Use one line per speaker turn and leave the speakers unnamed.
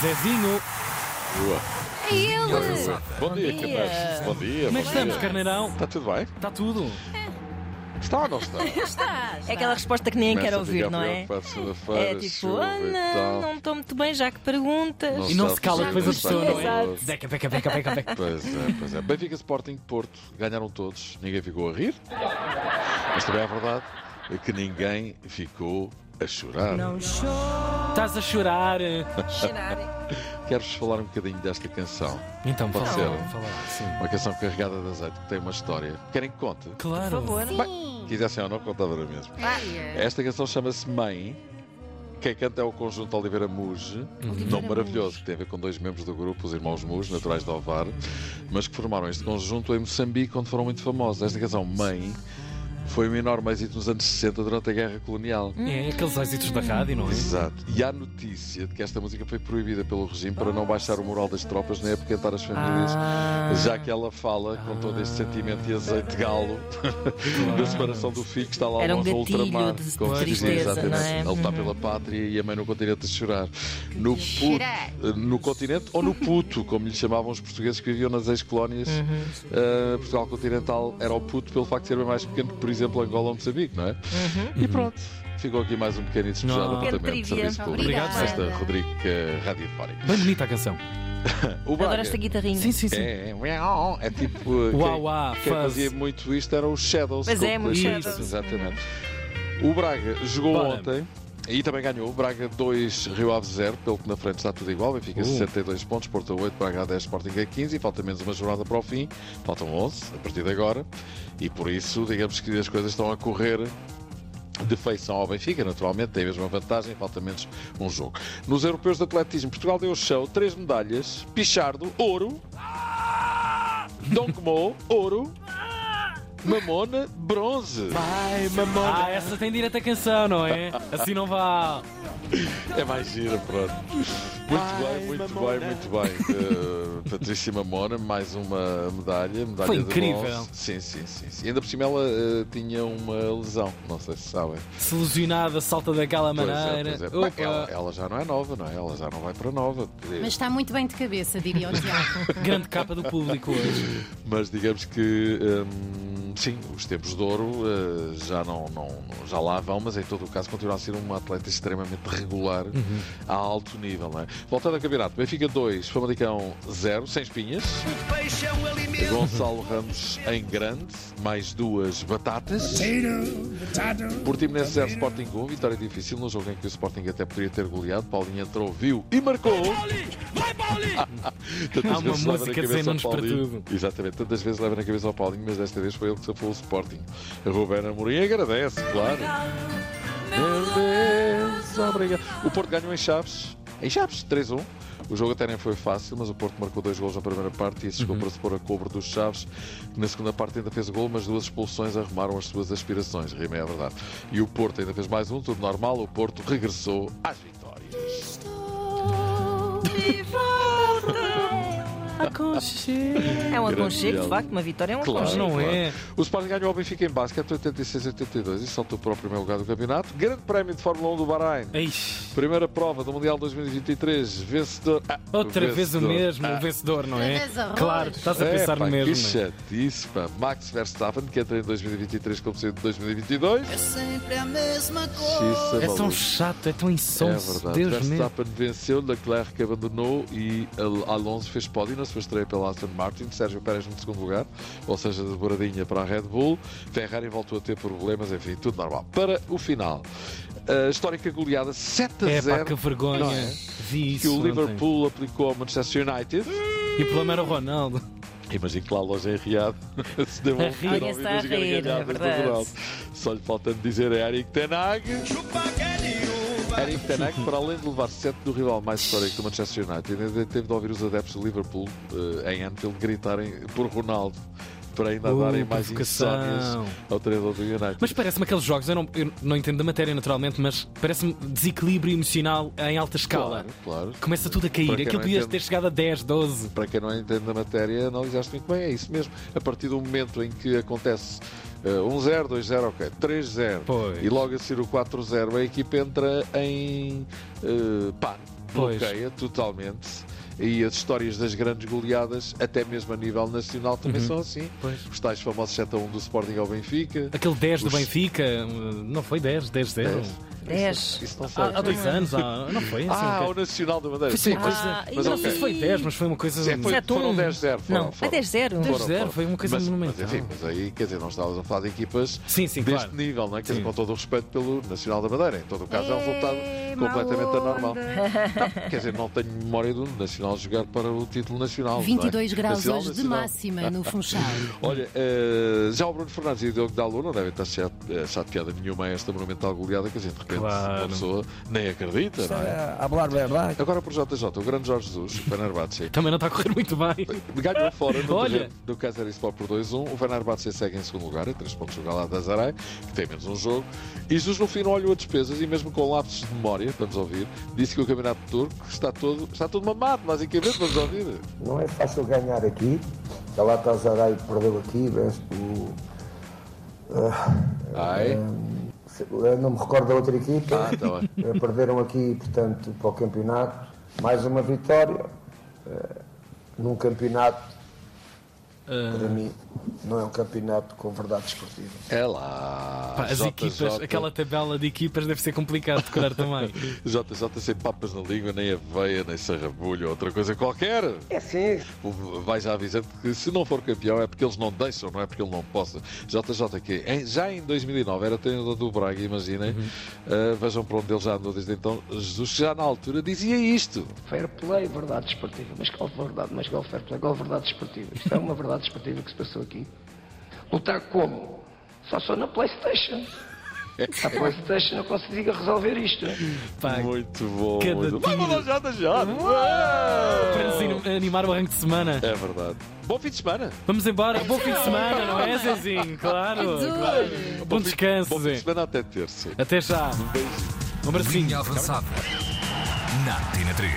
Zezinho.
Boa.
É ele!
Bom dia, Carneiros.
Como é
Bom dia, bom
que
dia.
estamos, Carneirão?
Está tudo bem?
Está tudo.
Está ou não está?
É aquela resposta que nem
Começa
quer
a
ouvir,
ficar
não é?
preocupado segunda-feira,
É tipo,
chuva
ah,
e
não,
tal.
não estou muito bem, já que perguntas.
tá." Não
E não
Sabe,
se cala
sabe,
depois a
sabe,
pessoa, não é?
sabe.
Beca, beca, beca, beca, beca.
Pois é, pois é. Benfica Sporting Porto ganharam todos, ninguém ficou a rir. Mas também é verdade que ninguém ficou a chorar.
Estás a chorar.
Quero-vos falar um bocadinho desta canção.
Então,
Pode
fala,
ser.
fala, sim.
Uma canção carregada de azeite que tem uma história. Querem que conte?
Claro.
Bem, quisessem ou é assim, não, contava na mesmo.
Vai.
Esta canção chama-se Mãe. Quem canta é o conjunto Oliveira Muge, nome maravilhoso, que tem a ver com dois membros do grupo, os irmãos Muge, naturais de Alvar, mas que formaram este conjunto em Moçambique, onde foram muito famosos. Esta canção, Mãe, foi um enorme êxito nos anos 60 durante a Guerra Colonial.
É aqueles êxitos da rádio, não é?
Exato. E há notícia de que esta música foi proibida pelo regime para não baixar o moral das tropas nem apoquentar as famílias,
Ah.
já que ela fala com todo este sentimento e azeite de galo da separação do filho que está lá
Era um
longe ao
gatilho
ultramar.
de- de
se dizia,
tristeza,
exatamente.
não é?
A lutar pela pátria e a mãe no continente a chorar. No, puto, eh,
Chorar.
no continente ou no puto, como lhe chamavam os portugueses que viviam nas ex-colónias.
Uhum.
Uh, Portugal continental era o puto pelo facto de ser bem mais pequeno que, por exemplo, Angola ou Moçambique, não é?
Uhum.
E pronto. Ficou aqui mais um pequeno e despejado
Não.
apontamento de
Pequeno
serviço
trivia.
público.
Obrigada.
Esta rubrica radiofónica.
Bem bonita a canção.
O
Adoro
Braga
esta guitarrinha.
Sim, sim, sim.
é, miau, é tipo. uh,
Uau,
quem-
uau,
quem
fuzz.
fazia muito isto eram os Shadows.
Pois é,
com
muito
Clippers,
Shadows.
Exatamente. O Braga jogou
Bora.
ontem. E também ganhou. Braga 2, Rio Ave 0, pelo que na frente está tudo igual. Benfica
Uh.
62 pontos, Porto 8, Braga 10, Sporting a 15. E falta menos uma jornada para o fim. Faltam 11 a partir de agora. E por isso, digamos que as coisas estão a correr de feição ao Benfica, naturalmente, tem a mesma vantagem, falta menos um jogo. Nos europeus de atletismo, Portugal deu show, três medalhas, Pichardo, ouro, Donkmo, ouro, Mamona, bronze.
Ai, mamona. Ah, essa tem direito à canção, não é? Assim não vá.
É mais gira, pronto. Muito bem, muito bem, muito bem. Eh, Patrícia Mamona, mais uma medalha. medalha
Foi
de
incrível.
bronze. Sim, sim, sim, sim. Ainda por cima ela eh, tinha uma lesão, não sei se sabem.
Solucionada, salta daquela
Pois é,
maneira.
pois é. Bem,
Opa,
ela, ela já não é nova, não é? Ela já não vai para nova. Eh,
Mas está muito bem de cabeça, diria o Tiago.
Grande capa do público hoje.
Mas digamos que hum, sim, os tempos de ouro eh, já, não, não- já lá vão, mas em todo o caso continua a ser uma atleta extremamente regular
Uhum.
a alto nível. Não é? Voltando ao campeonato, Benfica 2, Famalicão 0, sem espinhas. Gonçalo Ramos em grande, mais duas batatas. Portimonense 0, Sporting 1, vitória difícil num jogo em que o Sporting até poderia ter goleado. Paulinho entrou, viu e marcou. Tantas
Há uma
vezes leva na
música
cabeça
dizendo-nos
ao
para
Paulinho. Exatamente, tantas vezes leva na cabeça ao Paulinho, mas desta vez foi ele que safou o Sporting. Ruben Amorim agradece, claro. Meu Deus, obrigado. O Porto ganhou em Chaves, em Chaves, 3-1. O jogo até nem foi fácil, mas o Porto marcou dois gols na primeira parte e chegou
Uhum.
para se pôr a cobro dos Chaves, que na segunda parte ainda fez gol, mas duas expulsões arrumaram as suas aspirações, rima é a verdade. E o Porto ainda fez mais um, tudo normal, o Porto regressou às vitórias.
É um
Grande
aconchego, de
diálogo.
facto, uma vitória é um
Claro,
aconchego.
não
claro.
é.
O Sporting ganhou ao Benfica em basquete 86-82 e saltou para o primeiro lugar do campeonato. Grande prémio de Fórmula 1 do Bahrein.
Eish,
Primeira prova do Mundial 2023. Vencedor. Ah,
outra vez o
vencedor.
mesmo, o
Ah.
vencedor, não é?
Outra vez arroz.
Claro, estás a pensar
Epá,
no mesmo.
Que
não é?
chatice, pá. Max Verstappen, que entra em 2023 como sendo de 2022. É sempre a mesma coisa.
É tão chato, é tão
É
insonso.
verdade.
Deus meu.
Verstappen venceu, Leclerc que abandonou e Al- Alonso fez pódio na sua estreia pela Aston Martin, Sérgio Pérez no segundo lugar, ou seja, de dobradinha para a Red Bull. Ferrari voltou a ter problemas, enfim, tudo normal. Para o final, a histórica goleada 7 a
É
0
pá, que vergonha.
Não é?
Vi
que
isso.
o
ontem.
Liverpool aplicou ao Manchester United.
E o problema era o Ronaldo.
Imagino que lá a loja em Riado se deu um
A rir.
Alguém está a rir, é verdade.
Só lhe falta dizer é Eric Tenag. Eric Tenag, para além de levar 7 do rival mais histórico do Manchester United, ainda teve de ouvir os adeptos do Liverpool eh, em Anfield gritarem por Ronaldo para ainda
Uh,
darem mais
provocação.
insónias ao treinador do United.
Mas parece-me aqueles jogos, eu não, eu não entendo da matéria naturalmente, mas parece-me desequilíbrio emocional em alta escala.
claro, claro.
Começa tudo a
Para
cair.
quem
Aquilo
não
podia
entende.
ter chegado a 10, 12.
para quem não entende da matéria, analisaste muito bem, é isso mesmo. A partir do momento em que acontece eh, 1-0, 2-0, ok, 3-0,
Pois.
e logo a seguir o 4-0, a equipa entra em eh, pá,
Pois.
bloqueia totalmente. E as histórias das grandes goleadas, até mesmo a nível nacional, também são assim.
Uhum. Pois.
Os tais famosos 7 a 1 do Sporting ao Benfica.
Aquele 10 do
Os-
Benfica, uh, não foi 10, 10 0
Dez.
Dez.
Isso, isso não sei.
Há, há ah, dois anos, há- não foi assim.
Ah,
ok.
o Nacional da
Foi
Madeira.
assim
Sim,
uma
mas-
coisa.
mas-
eu não sei
ok.
se foi 10, mas foi uma coisa.
Sim, foi-
Sete a um.
foram 10-0, foram,
Não,
foram.
é 10-0.
Foram,
10-0,
foram.
foi uma coisa
mas,
monumental.
Mas, enfim, mas aí, quer dizer, nós estávamos a falar de equipas
Sim, sim,
deste
claro.
nível, não é? Quer dizer,
Sim.
com todo o respeito pelo Nacional da Madeira. Em todo o caso, é um resultado
Ei,
completamente
má
anormal.
onda.
Quer dizer, não tenho memória do Nacional jogar para o título nacional. não é?
22 graus
Nacional,
hoje de
Nacional.
máxima no Funchal.
Olha, eh, já o Bruno Fernandes e o Diogo Dalô não devem estar chate- eh, chateada nenhuma a esta monumental goleada, que a gente, de repente,
Claro.
uma pessoa nem acredita, não é?
a hablar verdad.
Agora para o JJ, o grande Jorge Jesus, o Fenerbahçe,
Também não está a correr muito bem.
ganhou fora no
Olha.
terreno do Caserisport por 2-1. O Fenerbahçe segue em segundo lugar, a 3 pontos do Galatasaray, que tem menos um jogo. E Jesus, no fim, não olhou a despesas e, mesmo com lapsos de memória, vamos ouvir, disse que o Campeonato Turco está todo, está todo mamado, basicamente, vamos ouvir.
Não é fácil ganhar aqui. Galatasaray perdeu aqui, mas o-
Ai.
eu não me recordo da outra equipa.
Ah, está bem.
Eh, Perderam aqui, portanto, para o campeonato. Mais uma vitória eh, num campeonato,
Eh.
para mim, não é um campeonato com verdade esportiva.
É lá.
Pá, as
JJ.
equipas, aquela tabela de equipas deve ser complicado de decorar também.
JJ sem papas na língua, nem aveia, nem sarrabulho, outra coisa qualquer. É sim. Vai já avisando que se não for campeão é porque eles não deixam, não é porque ele não possa. JJ, que em- já em 2009 era treinador do Braga, imaginem. Ah, vejam para onde ele já andou desde então. Jesus, que já na altura dizia isto.
Fair play, verdade esportiva. Mas qual verdade? Mas qual fair play? Qual verdade esportiva? Isto é uma verdade esportiva que se passou aqui. Lutar como? Só só na Playstation. A Playstation não conseguia resolver isto.
Pá,
muito bom.
cada
Muito... bom.
tiro.
Vamos ao JJ! Uau!
para nos inu- animar o arranque de semana.
É verdade. Bom fim de semana.
Vamos embora. Bom fim de semana, não é, Zezinho? Claro.
Azul.
Bom descanso,
Bom fim de
Zé.
semana até terça.
Até já. Um abracinho.
Linha avançada. Na Tina 3.